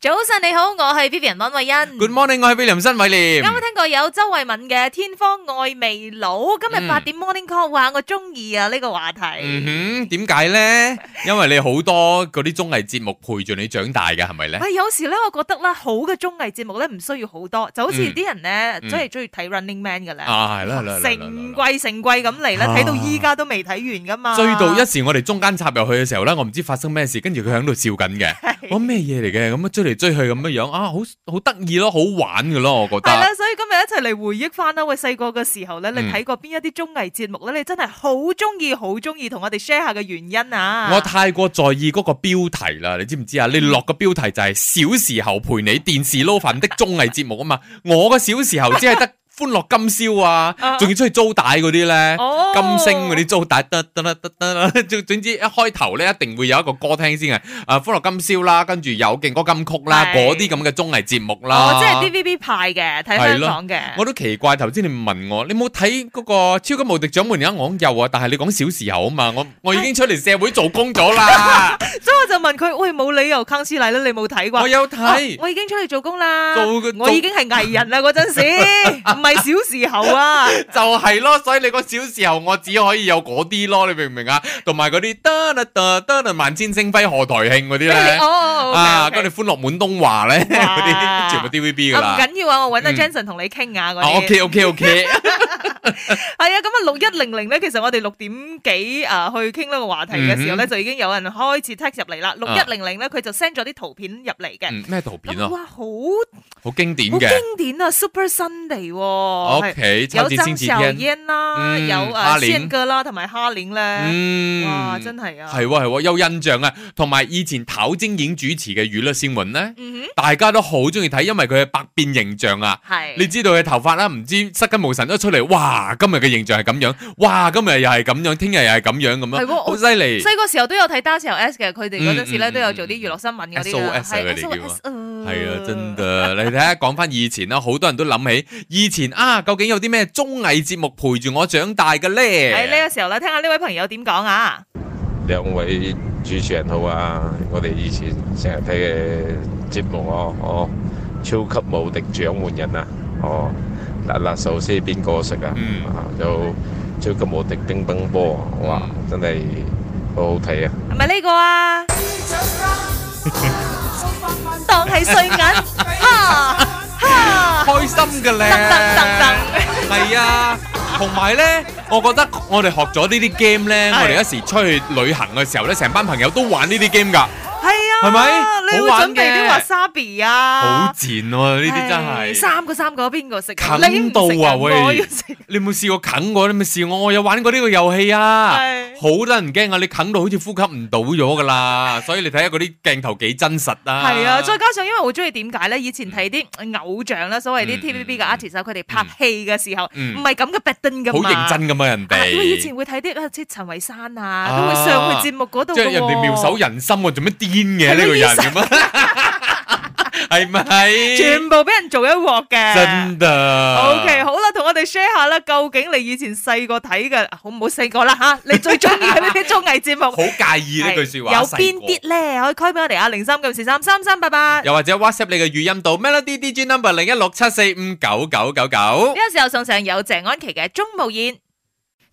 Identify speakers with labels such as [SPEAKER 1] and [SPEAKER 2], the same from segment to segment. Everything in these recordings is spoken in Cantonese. [SPEAKER 1] 早晨你好，我係 Vivian 溫慧欣。
[SPEAKER 2] Good morning，我係 William 新偉
[SPEAKER 1] 有
[SPEAKER 2] 廉。
[SPEAKER 1] 冇聽過有周慧敏嘅《天方愛未老》？今日
[SPEAKER 2] 嗯
[SPEAKER 1] 八點 morning call，哇，我中意啊呢個話題。
[SPEAKER 2] 嗯哼，點解咧？因為你好多嗰啲綜藝節目陪住你長大嘅，係咪咧？
[SPEAKER 1] 喂，有時咧，我覺得咧，好嘅綜藝節目咧，唔需要好多，就好似
[SPEAKER 2] 嗯
[SPEAKER 1] 啲人咧，
[SPEAKER 2] 嗯
[SPEAKER 1] 真係中意睇 Running Man 嘅咧，
[SPEAKER 2] 啊，係啦，係啦，係啦
[SPEAKER 1] 成季成季咁嚟咧，
[SPEAKER 2] 啊
[SPEAKER 1] 睇到依家都未睇完噶嘛。
[SPEAKER 2] 追到一時，我哋中間插入去嘅時候咧，我唔知發生咩事，跟住佢喺度笑緊嘅，我咩嘢嚟嘅？咁樣追嚟追去咁樣樣啊，好好得意咯，好玩嘅咯，我覺
[SPEAKER 1] 係
[SPEAKER 2] 得。
[SPEAKER 1] 啦，所以今日一齊嚟回憶翻啦。喂，細個嘅時候咧，你
[SPEAKER 2] 嗯
[SPEAKER 1] 睇過邊一啲綜藝節目咧？你真係好中意，好中意，同我哋 share 下嘅原因啊！
[SPEAKER 2] 我太過在意嗰個標題啦，你知唔知啊？你落個標題就係小時候陪你電視撈飯的綜藝節目啊嘛，我個小時候只係得歡樂今宵啊
[SPEAKER 1] 啊，
[SPEAKER 2] 仲要出去租帶嗰啲 咧。
[SPEAKER 1] 哦
[SPEAKER 2] 金星嗰啲租帶得得得得得 得，總總之一開頭咧一定會有一個歌聽先嘅，啊歡樂今宵啦，跟住有勁歌金曲啦，
[SPEAKER 1] 係
[SPEAKER 2] 嗰啲咁嘅綜藝節目啦。
[SPEAKER 1] 哦，即係 DVB 派嘅，睇香港嘅。
[SPEAKER 2] 我都奇怪，頭先你問我，你冇睇嗰個《超級無敵獎門》而家我有啊，但係你講小時候啊嘛，我我已經出嚟社會做工咗 啦，
[SPEAKER 1] 所以我就問佢：喂，冇理由坑師奶啦，你冇睇
[SPEAKER 2] 我
[SPEAKER 1] 啩？
[SPEAKER 2] 有
[SPEAKER 1] 啊
[SPEAKER 2] 睇。
[SPEAKER 1] 我已經出去做工啦，
[SPEAKER 2] 做個
[SPEAKER 1] 我已經係藝人啦嗰陣 時，唔係小時候啊。
[SPEAKER 2] 就係咯，所以你個小時候我只可以有嗰啲咯，你明唔明啊？同埋嗰啲得啦得得啦，萬千星輝賀台慶嗰啲咧
[SPEAKER 1] 哦，，哦
[SPEAKER 2] 啊，
[SPEAKER 1] 哦
[SPEAKER 2] 跟
[SPEAKER 1] OK，OK
[SPEAKER 2] 住歡樂滿東華咧，
[SPEAKER 1] 哇
[SPEAKER 2] 嗰啲全部 DVB 噶
[SPEAKER 1] 啊唔
[SPEAKER 2] 啦。
[SPEAKER 1] 緊要啊，我揾阿
[SPEAKER 2] 嗯
[SPEAKER 1] Jensen 同你傾下嗰
[SPEAKER 2] 啊
[SPEAKER 1] 啲。
[SPEAKER 2] ，OK OK OK，
[SPEAKER 1] 係啊，咁啊六一零零咧，其實我哋六點幾啊去傾呢個話題嘅時候咧，
[SPEAKER 2] 嗯
[SPEAKER 1] 就已經有人開始 text 入嚟啦。六一零零咧，佢就 send 咗啲圖片入嚟嘅。
[SPEAKER 2] 啊嗯咩圖片
[SPEAKER 1] 咁
[SPEAKER 2] 啊？
[SPEAKER 1] 哇，好
[SPEAKER 2] 好經典
[SPEAKER 1] 好
[SPEAKER 2] 嘅。
[SPEAKER 1] 經典啊，Super Sunday 喎。係
[SPEAKER 2] OK，超
[SPEAKER 1] 有
[SPEAKER 2] 級
[SPEAKER 1] 曾
[SPEAKER 2] 星期
[SPEAKER 1] 小
[SPEAKER 2] 天。
[SPEAKER 1] 燕啦，
[SPEAKER 2] 嗯
[SPEAKER 1] 有
[SPEAKER 2] 哈
[SPEAKER 1] 啊
[SPEAKER 2] 林
[SPEAKER 1] 仙哥啦，同埋哈林咧，
[SPEAKER 2] 嗯，
[SPEAKER 1] 哇，真係啊，
[SPEAKER 2] 係喎係喎，有印象啊！同埋以前頭晶演主持嘅娛樂新聞咧，
[SPEAKER 1] 嗯
[SPEAKER 2] 大家都好中意睇，因為佢嘅百變形象啊！
[SPEAKER 1] 哼，係
[SPEAKER 2] 你知道佢頭髮啦，唔知失根無神一出嚟，哇！今日嘅形象係咁樣，哇！今日又係咁樣，聽日又係咁樣咁
[SPEAKER 1] 係
[SPEAKER 2] 樣，
[SPEAKER 1] 喎
[SPEAKER 2] 好犀利。
[SPEAKER 1] 細個時候都有睇 d a s h S 嘅，佢哋嗰陣時咧
[SPEAKER 2] 嗯嗯
[SPEAKER 1] 都有做啲娛樂新聞嗰啲㗎
[SPEAKER 2] SOS 啊佢哋叫啊
[SPEAKER 1] 呃
[SPEAKER 2] 係
[SPEAKER 1] 係
[SPEAKER 2] 啊，真。噶！你睇下講翻以前啦，好多人都諗起以前啊，究竟有啲咩綜藝節目陪住我長大嘅
[SPEAKER 1] 喺呢
[SPEAKER 2] 咧？
[SPEAKER 1] 個時候咧，聽下呢位朋友點講啊？
[SPEAKER 3] 兩位主持人好啊！我哋以前成日睇嘅節目哦，哦，超級無敵獎門人啊，哦，辣辣壽司邊個食啊？
[SPEAKER 2] 嗯
[SPEAKER 3] 啊，有超級無敵乒乓波啊，哇，真係好好睇啊！
[SPEAKER 1] 係咪呢個 啊？當係碎銀，哈哈。
[SPEAKER 2] 開心嘅咧，
[SPEAKER 1] 噔噔噔噔
[SPEAKER 2] 係啊！同埋咧，我覺得我哋學咗呢啲 game 咧，
[SPEAKER 1] 係
[SPEAKER 2] 我哋一時出去旅行嘅時候咧，成班朋友都玩呢啲 game 㗎，
[SPEAKER 1] 係啊，
[SPEAKER 2] 係咪
[SPEAKER 1] 你會
[SPEAKER 2] 好
[SPEAKER 1] 準
[SPEAKER 2] 玩嘅
[SPEAKER 1] 備啲 wasabi 啊？
[SPEAKER 2] 好賤喎！呢啲真
[SPEAKER 1] 唉
[SPEAKER 2] 係。
[SPEAKER 1] 三個三個邊個食啊？
[SPEAKER 2] 啃
[SPEAKER 1] 你唔食
[SPEAKER 2] 到啊
[SPEAKER 1] 我要
[SPEAKER 2] 喂
[SPEAKER 1] 食！
[SPEAKER 2] 你有冇試過啃過？你咪試過，我有玩過呢個遊戲啊
[SPEAKER 1] 係，
[SPEAKER 2] 好得人驚啊！你啃到好似呼吸唔到 咗噶啦，所以你睇下嗰啲鏡頭幾真實啊！
[SPEAKER 1] 係啊，再加上因為我中意點解咧？以前睇啲偶像啦，所謂啲
[SPEAKER 2] 嗯
[SPEAKER 1] TVB 嘅 artist 啊佢哋拍戲嘅時候，
[SPEAKER 2] 嗯
[SPEAKER 1] 唔係咁嘅 b a t t n 噶
[SPEAKER 2] 好
[SPEAKER 1] 嘛。
[SPEAKER 2] 認真咁啊！人
[SPEAKER 1] 啊。因為以前
[SPEAKER 2] 哋
[SPEAKER 1] 會睇啲啊，即係陳慧珊啊，
[SPEAKER 2] 啊
[SPEAKER 1] 都會上去節目嗰度
[SPEAKER 2] 即
[SPEAKER 1] 㗎
[SPEAKER 2] 係人哋
[SPEAKER 1] 喎
[SPEAKER 2] 妙手，仁心喎，做咩癲
[SPEAKER 1] 係
[SPEAKER 2] 嘅
[SPEAKER 1] 咪
[SPEAKER 2] 呢個
[SPEAKER 1] 醫
[SPEAKER 2] 人咁啊？ 係咪？
[SPEAKER 1] 全部俾人做一鑊嘅。
[SPEAKER 2] 真的。
[SPEAKER 1] O K，好啦，同我哋 share 下啦，究竟你以前細個睇嘅，好唔好細個啦吓？ 你最中意嘅呢啲綜藝節目，
[SPEAKER 2] 好介意呢句説話。
[SPEAKER 1] 有邊啲咧？可以 call 俾我哋啊，零三九四三三三八八。呢
[SPEAKER 2] 又或者 WhatsApp 你嘅語音到 Melody DJ number 零一六七四五九九九九。
[SPEAKER 1] 個時候送上有謝安琪嘅《鍾無艷》。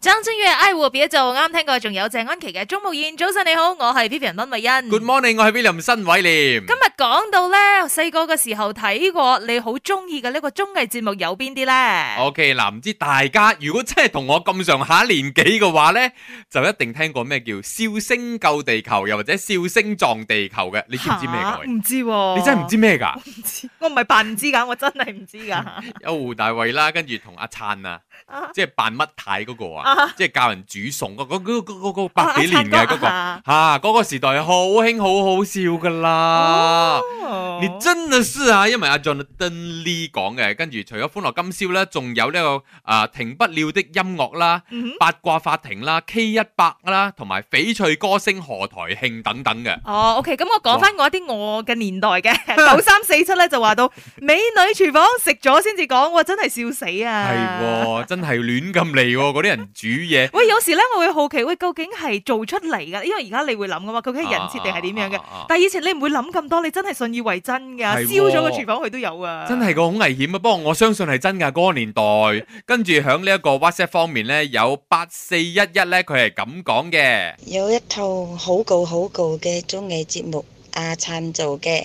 [SPEAKER 1] 張震岳《愛哎我別走》啱聽過，仲有謝安琪嘅《鍾無艷》。早晨你好，我係 Vivian 温慧欣。
[SPEAKER 2] Good morning，我係 William 新偉廉。
[SPEAKER 1] 今日講到咧，細個嘅時候睇過你好中意嘅呢個綜藝節目有邊啲咧？
[SPEAKER 2] O K，嗱，唔知大家如果真係同我咁上下年紀嘅話呢，就一定聽過咩叫笑聲救地球，又或者笑聲撞地球嘅，你知唔知咩
[SPEAKER 1] 嚇
[SPEAKER 2] 㗎？
[SPEAKER 1] 唔知喎，
[SPEAKER 2] 你真係唔知咩㗎？
[SPEAKER 1] 知？我唔係扮唔知㗎，我真係唔知 㗎。
[SPEAKER 2] 有胡大衛啦，跟住同阿燦啊
[SPEAKER 1] 啊，
[SPEAKER 2] 即係扮乜太嗰個
[SPEAKER 1] 啊
[SPEAKER 2] 啊，即係教人煮餸嗰嗰嗰嗰嗰嗰百幾
[SPEAKER 1] 啊
[SPEAKER 2] 年嘅
[SPEAKER 1] 阿燦哥
[SPEAKER 2] 嗰個
[SPEAKER 1] 啊
[SPEAKER 2] 嚇，嗰個時代好興好好笑㗎啦。
[SPEAKER 1] 哦
[SPEAKER 2] 你真的是啊，因為阿 Jonathan Lee 講嘅，跟住除咗《歡樂今宵》咧，仲有呢、個啊、停不了的音樂啦、
[SPEAKER 1] 嗯哼
[SPEAKER 2] 八卦法庭啦、K 一百啦，同埋翡翠歌聲賀台慶等等嘅。
[SPEAKER 1] 哦，OK，咁我講翻我一啲我嘅年代 嘅九三四七咧，就話到美女廚房食咗先至講，哇，真係笑死啊！
[SPEAKER 2] 係喎、真係亂咁嚟喎，嗰啲人煮嘢。
[SPEAKER 1] 喂，有時咧我會好奇，喂，究竟係 做出嚟噶？因為而家你會諗噶嘛，究竟係人設定係點樣嘅？
[SPEAKER 2] 啊啊啊
[SPEAKER 1] 但係以前你唔會諗咁多，你真係信以為真真噶，
[SPEAKER 2] 係喎
[SPEAKER 1] 燒咗個廚房佢都有啊，
[SPEAKER 2] 真係個好危險啊！不過我相信係真㗎，嗰、個年代。跟住喺呢一個 WhatsApp 方面咧，有八四一一咧，佢係咁講嘅。
[SPEAKER 4] 有一套好舊好舊嘅綜藝節目，阿燦做嘅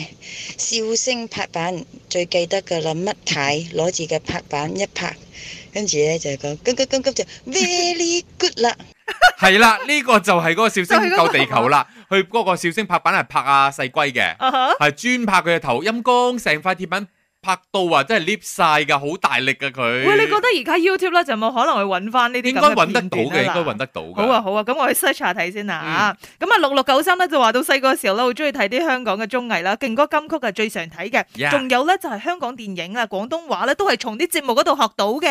[SPEAKER 4] 笑聲拍板，最記得㗎啦！乜太攞住嘅拍板一拍，跟住咧就係講金金金金就 very good 啦。
[SPEAKER 2] 係啦，呢、個就係嗰個笑
[SPEAKER 1] 就係嗰
[SPEAKER 2] 聲
[SPEAKER 1] 個
[SPEAKER 2] 救地球啦。佢嗰個笑聲拍板係拍阿細龜嘅，
[SPEAKER 1] 啊哈
[SPEAKER 2] 係專拍佢嘅頭，陰公成塊鐵板拍到啊，真係 lift 晒㗎，好大力㗎佢。
[SPEAKER 1] 喂，你覺得而家 YouTube 咧就冇可能去揾翻呢啲
[SPEAKER 2] 應
[SPEAKER 1] 咁
[SPEAKER 2] 該
[SPEAKER 1] 嘅
[SPEAKER 2] 揾得到
[SPEAKER 1] 片
[SPEAKER 2] 嘅，
[SPEAKER 1] 段
[SPEAKER 2] 應
[SPEAKER 1] 啊
[SPEAKER 2] 該
[SPEAKER 1] 嗱
[SPEAKER 2] 揾得到嘅。嗯
[SPEAKER 1] 好啊好啊，咁我去 search 下睇先啦嚇。咁啊六六九三咧就話到細個嘅時候咧，好中意睇啲香港嘅綜藝啦，勁歌金曲係最常睇嘅。
[SPEAKER 2] Yeah
[SPEAKER 1] 仲有咧就係香港電影啊、廣東話咧都係從啲節目嗰度學到嘅。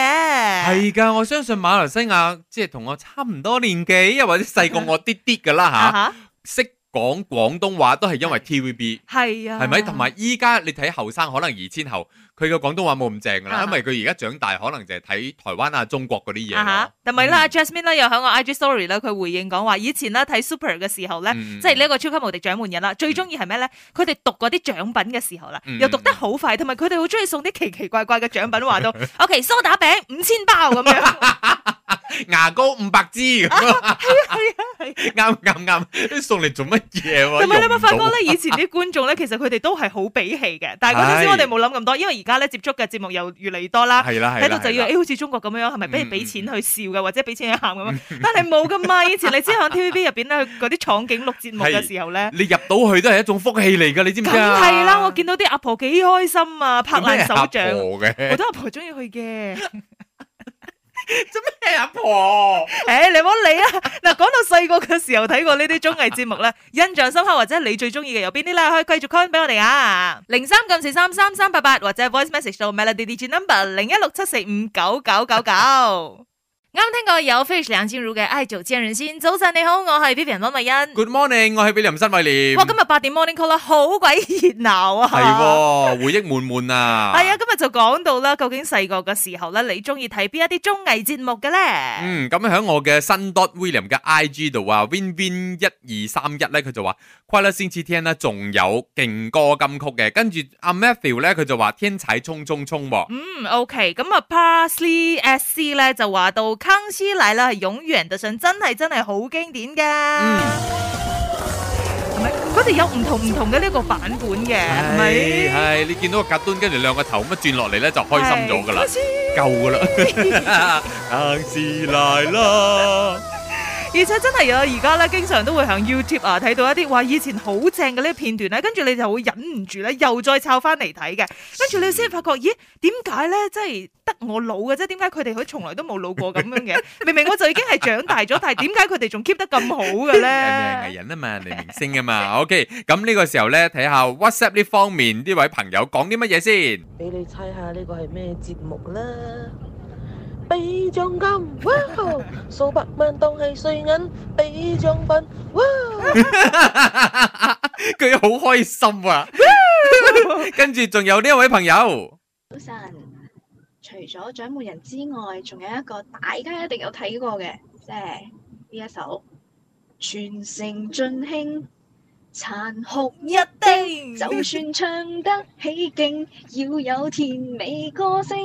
[SPEAKER 2] 係㗎，我相信馬來西亞即係同我差唔多年紀，又或者細過我啲啲㗎啦吓。
[SPEAKER 1] 啊
[SPEAKER 2] 識講廣東話都係因為 TVB。
[SPEAKER 1] 嚇，係啊，
[SPEAKER 2] 係咪？同埋依家你睇後生，可能二千後，佢嘅廣東話冇咁正㗎啦，
[SPEAKER 1] 啊
[SPEAKER 2] 因為佢而家長大，可能就係睇台灣啊、中國嗰啲嘢
[SPEAKER 1] 啊
[SPEAKER 2] 咯嗯
[SPEAKER 1] 哈。但咪啦，Jasmine 咧又喺我 IG story 咧，佢回應講話，以前咧睇 Super 嘅時候咧，
[SPEAKER 2] 嗯
[SPEAKER 1] 即係呢一個超級無敵獎門人啦，最中意係咩咧？佢哋讀嗰啲獎品嘅時候啦
[SPEAKER 2] 嗯，
[SPEAKER 1] 又讀得好快，同埋佢哋好中意送啲奇奇怪怪嘅獎品， 話到 OK 梳打餅五千包咁樣，啊
[SPEAKER 2] 牙膏五百支 咁樣，
[SPEAKER 1] 係
[SPEAKER 2] 啱啱啱，你送嚟做乜嘢喎？
[SPEAKER 1] 同埋你有冇發覺
[SPEAKER 2] 用唔到
[SPEAKER 1] 咧？以前啲觀眾咧，其實佢哋都係好俾戲嘅，但係嗰陣時
[SPEAKER 2] 係
[SPEAKER 1] 我哋冇諗咁多，因為而家咧接觸嘅節目又越嚟越多啦。
[SPEAKER 2] 係啦係
[SPEAKER 1] 喺
[SPEAKER 2] 啦，
[SPEAKER 1] 度就要誒，好似中國咁樣，係咪俾
[SPEAKER 2] 嗯
[SPEAKER 1] 俾錢去笑嘅，或者俾錢去喊咁 樣？但係冇噶嘛，以前你知喺 TVB 入邊咧，佢嗰啲廠景錄節目嘅
[SPEAKER 2] 係
[SPEAKER 1] 時候咧。
[SPEAKER 2] 你入到去都係一種福氣嚟㗎，你知唔
[SPEAKER 1] 梗
[SPEAKER 2] 知啊？
[SPEAKER 1] 係啦，我見到啲阿婆幾開心啊，拍爛手
[SPEAKER 2] 做咩
[SPEAKER 1] 掌，
[SPEAKER 2] 阿婆嘅
[SPEAKER 1] 好， 多阿婆中意去嘅。
[SPEAKER 2] 咩阿婆？
[SPEAKER 1] 誒，你唔好理啦。嗱，講到細個嘅時候睇過呢 啲綜藝節目咧，印象深刻或者你最中意嘅有邊啲咧？可以繼續 call 俾我哋啊，零三九四三三三八八或者 voice message 到 melody DJ number 零一六七四五九九九九。 啱聽過有 Fish 梁靜茹嘅《愛久見人心》。早晨你好，我係 Vivian 温慧欣。
[SPEAKER 2] Good morning，我係俾林新偉廉。
[SPEAKER 1] 哇，今日八點 morning call 啦，好鬼熱鬧啊！
[SPEAKER 2] 係喎，回憶滿滿啊。
[SPEAKER 1] 系啊，今日就講到啦，究竟細個嘅時候咧，你中意睇邊一啲綜藝節目嘅咧？
[SPEAKER 2] 嗯，咁喺我嘅新 dot William 嘅 IG 度啊，Win Win 一二三一咧，佢就話《快樂星期天》啦，仲有勁歌金曲嘅。跟住阿 Matthew 咧，佢就話《天才衝衝衝》喎。
[SPEAKER 1] 嗯，OK，咁啊，Parsley SC 咧就話到康熙嚟啦，係永遠的神，真係真係好經典嘅。
[SPEAKER 2] 嗯
[SPEAKER 1] 係咪？佢哋有唔同唔同嘅呢個版本嘅，係
[SPEAKER 2] 係
[SPEAKER 1] 咪？
[SPEAKER 2] 係，你見到個格端跟住兩個頭咁樣轉落嚟咧，就開心咗噶啦
[SPEAKER 1] 係。
[SPEAKER 2] 夠噶啦，硬是來啦！
[SPEAKER 1] 而且真係啊，而家咧經常都會喺 YouTube 啊睇到一啲話以前好正嘅呢啲片段咧，跟住你就會忍唔住咧又再抄翻嚟睇嘅，跟住你先發覺，咦點解咧真係得我老嘅啫？點解佢哋佢從來都冇老過咁樣 嘅？明明我就已經係長大咗，但係點解佢哋仲 keep 得咁好嘅
[SPEAKER 2] 你係藝
[SPEAKER 1] 咧？
[SPEAKER 2] 人啊嘛，你係明星啊嘛。OK，咁呢個時候咧，睇下 WhatsApp 呢方面呢位朋友講啲乜嘢 先。
[SPEAKER 5] 俾你猜下呢個係咩節目啦？俾獎金，哇！數百萬當係碎銀，俾獎品，哇！
[SPEAKER 2] 佢好開心啊！ 跟住仲有呢一位朋友，
[SPEAKER 6] 早晨，除咗掌門人之外，仲有一個大家一定有睇過嘅，即係呢一首《全城盡興》，殘酷一
[SPEAKER 1] 嗯
[SPEAKER 6] 叮，就算唱得起勁，要有甜美歌聲，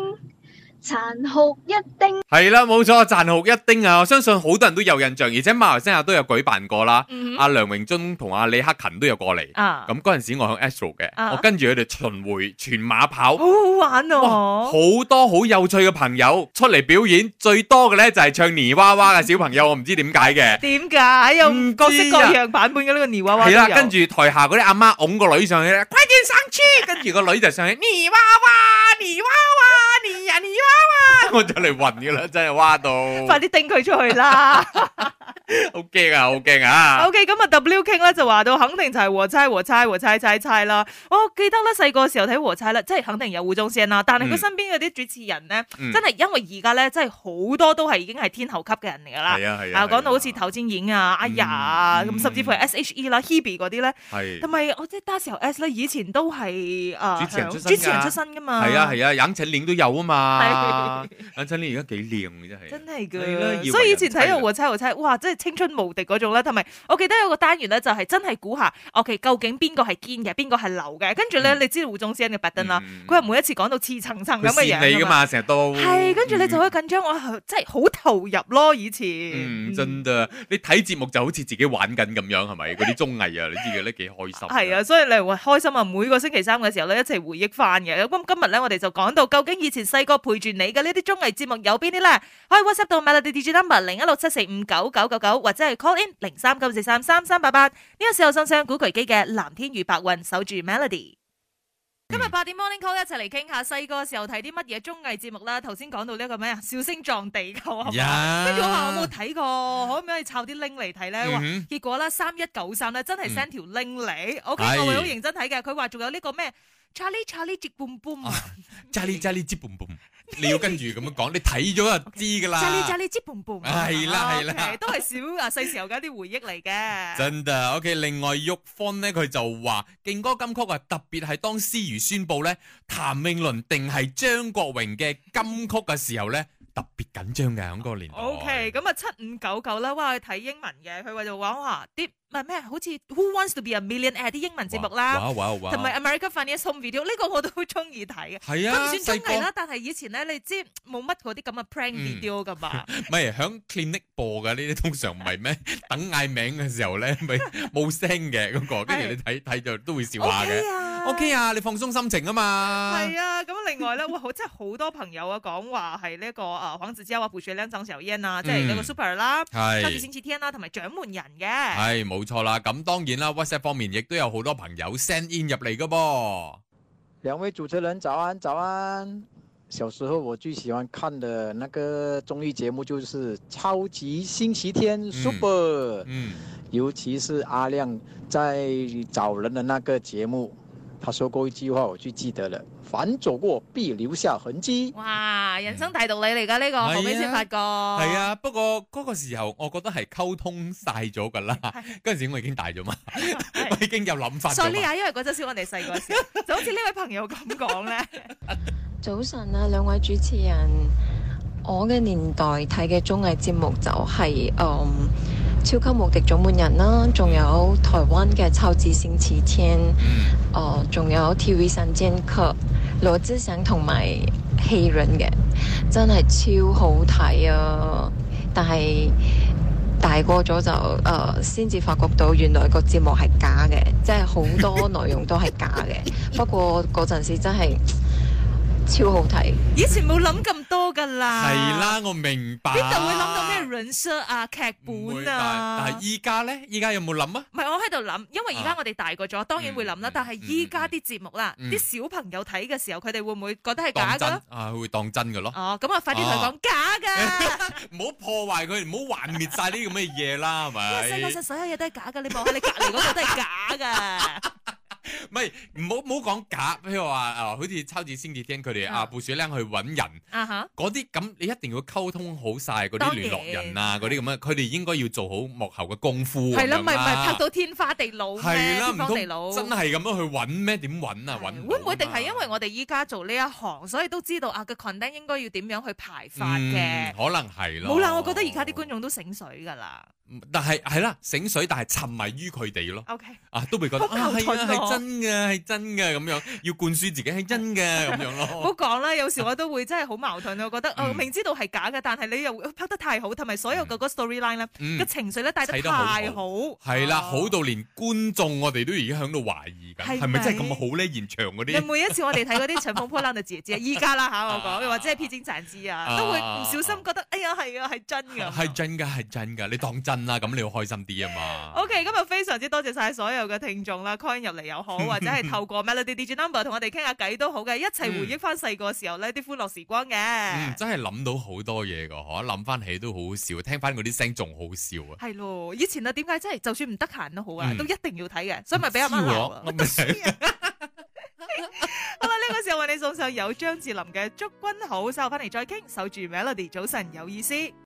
[SPEAKER 6] 殘酷一叮。
[SPEAKER 2] 係啦，冇錯，賺酷一丁啊！我相信好多人都有印象，而且馬來西亞都有舉辦過啦。
[SPEAKER 1] 嗯
[SPEAKER 2] 阿梁榮忠同阿李克勤都有過嚟。
[SPEAKER 1] 啊，
[SPEAKER 2] 啊咁嗰陣時我響 Astro 嘅，
[SPEAKER 1] 啊哦
[SPEAKER 2] 我跟住佢哋巡迴全馬跑
[SPEAKER 1] 好，好玩
[SPEAKER 2] 哇，好
[SPEAKER 1] 哦！
[SPEAKER 2] 多好有趣嘅朋友出嚟表演，最多嘅呢就係唱泥娃娃嘅小朋友，我唔知點解嘅。
[SPEAKER 1] 點解有
[SPEAKER 2] 唔知啊
[SPEAKER 1] 各式各樣版本嘅呢個泥娃娃都
[SPEAKER 2] 係
[SPEAKER 1] 有？
[SPEAKER 2] 啦，跟住台下嗰啲阿媽拱個女上去咧，快啲上去，跟住個女就上去，泥娃娃，泥娃娃，泥呀泥娃娃，我就嚟暈噶啦，真係哇到，
[SPEAKER 1] 快啲叮佢出去 啦！
[SPEAKER 2] 好驚啊，好驚啊！
[SPEAKER 1] O.K. 咁啊，W King 咧就話到肯定就係和猜和猜和猜猜猜啦。我記得咧細個時候睇和猜啦，即係肯定有胡宗憲啦，但係佢
[SPEAKER 2] 嗯
[SPEAKER 1] 身邊嗰啲主持人咧，
[SPEAKER 2] 嗯
[SPEAKER 1] 真係因為而家咧真係好多都係已經係天后級嘅人嚟㗎啦。
[SPEAKER 2] 係啊係
[SPEAKER 1] 啊，講到好似頭先演啊、哎呀啊
[SPEAKER 2] 嗯
[SPEAKER 1] 咁，甚至乎係 S.H.E 啦、Hebe 嗰啲咧，
[SPEAKER 2] 係
[SPEAKER 1] 同埋我即係 d a s 由 S 咧，以前都係啊
[SPEAKER 2] 主持人
[SPEAKER 1] 響
[SPEAKER 2] 出身㗎
[SPEAKER 1] 主持人出身㗎嘛。
[SPEAKER 2] 係啊係啊，楊丞琳都有啊嘛
[SPEAKER 1] 係，
[SPEAKER 2] 楊丞琳而家幾靚嘅真係。
[SPEAKER 1] 真係
[SPEAKER 2] 係啦
[SPEAKER 1] 㗎，
[SPEAKER 2] 以
[SPEAKER 1] 所以
[SPEAKER 2] 為
[SPEAKER 1] 以前
[SPEAKER 2] 人妻
[SPEAKER 1] 睇到
[SPEAKER 2] 啦
[SPEAKER 1] 和猜和猜，哇！真係係青春無敵嗰種啦。同埋我記得有個單元咧，就係真係估下，OK，究竟邊個係堅嘅，邊個係流嘅。跟住咧，
[SPEAKER 2] 嗯
[SPEAKER 1] 你知道胡宗先嘅特登啦，
[SPEAKER 2] 嗯
[SPEAKER 1] 佢係每一次講到似層層咁
[SPEAKER 2] 佢
[SPEAKER 1] 嘅
[SPEAKER 2] 蝕
[SPEAKER 1] 樣
[SPEAKER 2] 你
[SPEAKER 1] 㗎
[SPEAKER 2] 噶。嘛，成日都
[SPEAKER 1] 係，跟住你就好緊張，我係真係好投入咯。以前
[SPEAKER 2] 嗯，真嘅，你睇節目就好似自己玩緊咁樣，係咪？嗰啲綜藝啊，你知嘅咧幾開心。
[SPEAKER 1] 係啊，，所以你話開心啊！每個星期三嘅時候咧，一齊回憶翻嘅。咁今日咧，我哋就講到究竟以前細個陪住你嘅呢啲綜藝節目有邊啲咧？可以 WhatsApp 到 Melody D G number 零一六七四五九九九九，或者係 call in 零三九四三三三八八。呢個時候送上古巨基嘅《藍天與白雲》，守住 Melody。今日八點 morning call 一齊嚟傾下細個嘅時候睇啲乜嘢綜藝節目啦。頭先講到呢個咩啊，笑聲撞地球啊，
[SPEAKER 2] 呀
[SPEAKER 1] 跟住我話我冇睇過，可唔可以抄啲 link 嚟睇咧？哇
[SPEAKER 2] 嗯哼
[SPEAKER 1] 結果咧，三一九三咧真係 send 條 link 嚟，OK，
[SPEAKER 2] 係
[SPEAKER 1] 我會好認真睇嘅。佢話仲有呢個咩 Charlie Charlie 接 boom boom 啊
[SPEAKER 2] 揸呢揸呢接嘣嘣，你要跟住咁樣講，你睇咗就知噶啦。
[SPEAKER 1] ，Charlie Charlie 接 boom boom，啊
[SPEAKER 2] 係啦係啦
[SPEAKER 1] OK，都係小啊細時候嘅一啲回憶嚟嘅。
[SPEAKER 2] 真噶，OK。另外，玉芬呢，佢就話勁歌金曲啊，特別係當思如宣布呢，譚詠麟定係張國榮嘅金曲嘅時候呢，特別緊張嘅喺嗰個年代。
[SPEAKER 1] OK，咁啊七五九九啦，哇，佢睇英文嘅，佢話就話哇啲唔係咩，好似 Who Wants to Be a Millionaire 啲英文節目啦，
[SPEAKER 2] 哇哇哇！
[SPEAKER 1] 同埋 America Funniest Home Video 呢個我都好中意睇嘅。
[SPEAKER 2] 係
[SPEAKER 1] 佢
[SPEAKER 2] 啊，
[SPEAKER 1] 唔算
[SPEAKER 2] 細
[SPEAKER 1] 綜藝啦
[SPEAKER 2] 個，
[SPEAKER 1] 但係以前咧，你知冇乜嗰啲咁嘅 prank
[SPEAKER 2] 嗯
[SPEAKER 1] video 噶嘛。
[SPEAKER 2] 唔係響 clinic 播嘅呢啲，通常唔係咩？ 等嗌名嘅時候呢，咪冇聲嘅嗰個，跟住你睇睇就都會笑下
[SPEAKER 1] OK
[SPEAKER 2] 嘅。
[SPEAKER 1] 啊
[SPEAKER 2] OK 啊，你放鬆心情啊嘛。
[SPEAKER 1] 係啊，咁另外咧，哇，好真係好多朋友啊，講話係呢一個啊黃子佼啊、胡雪亮、張小燕啊，即係呢個 Super 啦、
[SPEAKER 2] 嗯係
[SPEAKER 1] 超級星期天啦，同埋掌門人嘅。
[SPEAKER 2] 系冇錯啦，咁當然啦，WhatsApp 方面亦都有好多朋友 send in 入嚟噶噃。
[SPEAKER 7] 两位主持人早安，早安。小时候我最喜欢看的那个综艺节目就是《超级星期天 Super》，
[SPEAKER 2] 嗯，
[SPEAKER 7] 尤其是阿亮在找人的那个节目，他说过一句话我最记得了：“凡走过必留下痕迹。”
[SPEAKER 1] 哇，人生大道理嚟噶呢個，
[SPEAKER 2] 係啊
[SPEAKER 1] 後尾先發覺。
[SPEAKER 2] 係
[SPEAKER 1] 係，
[SPEAKER 2] 啊，不過嗰個時候我覺得係溝通晒咗噶啦，嗰陣時我已經大咗嘛， 我已經有諗法
[SPEAKER 1] 所
[SPEAKER 2] 咗
[SPEAKER 1] 以呢
[SPEAKER 2] 嘛。
[SPEAKER 1] 啊，因為嗰陣時我哋細個時候，就好似呢位朋友咁講咧，
[SPEAKER 8] 早晨啊，兩位主持人，我嘅年代睇嘅綜藝節目就係、嗯超級無敵掌門人啦，仲有台灣嘅超級星期天，
[SPEAKER 2] 嗯，
[SPEAKER 8] 哦、仲有 TV 三劍客、羅志祥同埋戲人嘅，真係超好睇啊！但係大個咗就誒，先、至發覺到原來個節目係假嘅，即係好多內容都係假嘅。不過嗰陣時真係超好睇。
[SPEAKER 1] 以前冇諗咁多噶啦。
[SPEAKER 2] 係，啦，我明白。
[SPEAKER 1] 啊邊度會諗到咩人設啊、劇
[SPEAKER 2] 唔會
[SPEAKER 1] 本
[SPEAKER 2] 但
[SPEAKER 1] 啊？
[SPEAKER 2] 但係依家咧，依家有冇諗啊？
[SPEAKER 1] 唔係，我喺度諗，因為而
[SPEAKER 2] 啊
[SPEAKER 1] 家我哋大個咗，當然會諗啦
[SPEAKER 2] 嗯。
[SPEAKER 1] 但係依家啲節目啦，
[SPEAKER 2] 嗯
[SPEAKER 1] 啲小朋友睇嘅時候，佢哋會唔會覺得係假
[SPEAKER 2] 當真
[SPEAKER 1] 噶？
[SPEAKER 2] 啊，會當真嘅咯，
[SPEAKER 1] 哦，咁啊，快啲同佢講假㗎，
[SPEAKER 2] 唔好破壞佢，唔好幻滅晒呢啲咁嘅嘢 啦，係
[SPEAKER 1] 因哎為世界
[SPEAKER 2] 咪
[SPEAKER 1] 上？所有嘢都係假㗎，你望下你隔離嗰個都係 假㗎。
[SPEAKER 2] 唔係唔好唔好講假，譬如話啊，好似超級星期天佢哋
[SPEAKER 1] 啊
[SPEAKER 2] 啊，布雪靚去揾人。
[SPEAKER 1] 啊哈，
[SPEAKER 2] 嗰啲咁你一定要溝通好晒嗰
[SPEAKER 1] 當
[SPEAKER 2] 啲
[SPEAKER 1] 然
[SPEAKER 2] 聯絡人啊，嗰啲咁啊，佢哋應該要做好幕後嘅功夫咁樣。
[SPEAKER 1] 係啦，咪咪拍到天花地老咩？
[SPEAKER 2] 係啦，
[SPEAKER 1] 天
[SPEAKER 2] 唔
[SPEAKER 1] 荒
[SPEAKER 2] 通
[SPEAKER 1] 地老。
[SPEAKER 2] 真係咁樣去揾咩？點揾啊？揾
[SPEAKER 1] 係會唔會定係因為
[SPEAKER 2] 我
[SPEAKER 1] 我哋依家做呢一行，所以都知道啊個 content 應該要點樣去排法嘅？
[SPEAKER 2] 可能嗯係咯。嗯
[SPEAKER 1] 冇啦，我覺得而家啲觀眾都醒水㗎啦。
[SPEAKER 2] 但係係啦，醒水，但係沉迷於佢哋咯，
[SPEAKER 1] OK，
[SPEAKER 2] 啊都會覺得
[SPEAKER 1] 好矛
[SPEAKER 2] 啊係
[SPEAKER 1] 盾喎
[SPEAKER 2] 啊係真嘅係真嘅咁樣，要灌輸自己係真嘅咁樣
[SPEAKER 1] 唔好
[SPEAKER 2] 咯。
[SPEAKER 1] 講啦，有時我都會真係好矛盾，我覺得哦
[SPEAKER 2] 嗯
[SPEAKER 1] 明知道係假嘅，但係你又哦拍得太好，同埋所有嘅嗰 storyline 咧
[SPEAKER 2] 嗯
[SPEAKER 1] 嘅，情緒咧帶得
[SPEAKER 2] 砌得好
[SPEAKER 1] 太好，
[SPEAKER 2] 係啦，
[SPEAKER 1] 啊
[SPEAKER 2] 好到連觀眾我哋都已經喺度懷疑緊，
[SPEAKER 1] 係
[SPEAKER 2] 係咪真係
[SPEAKER 1] 咪
[SPEAKER 2] 咁好咧？現場嗰
[SPEAKER 1] 你
[SPEAKER 2] 啲。
[SPEAKER 1] 每一次我哋睇嗰啲《乘風破浪的姐姐》，依家啦嚇我講，又或者係《披荊斬棘》啊，
[SPEAKER 2] 啊
[SPEAKER 1] 都會唔小心覺得，哎呀係啊係真㗎。
[SPEAKER 2] 係真噶，係真噶，你當真啦，咁你要開心啲啊嘛。
[SPEAKER 1] O K，今日非常之多謝晒所有嘅聽眾 啦，coin 入嚟又好，或者係透過 Melody Digi Number 同我哋傾下偈都好嘅，一齊回憶翻細個時候呢啲歡樂時光
[SPEAKER 2] 嗯，
[SPEAKER 1] 嘅。
[SPEAKER 2] 真係諗到好多嘢噶，嗬，諗翻起都好好笑，聽翻嗰啲聲仲好笑啊。
[SPEAKER 1] 係咯，以前啊，點解真係就算唔得閒都好啊，
[SPEAKER 2] 嗯
[SPEAKER 1] 都一定要睇嘅，所以咪俾阿媽鬧啊
[SPEAKER 2] 我。咪係
[SPEAKER 1] 好啦，呢個時候為你送上有張智霖嘅《祝君好》，稍後翻嚟再傾，守住 Melody，早晨有意思。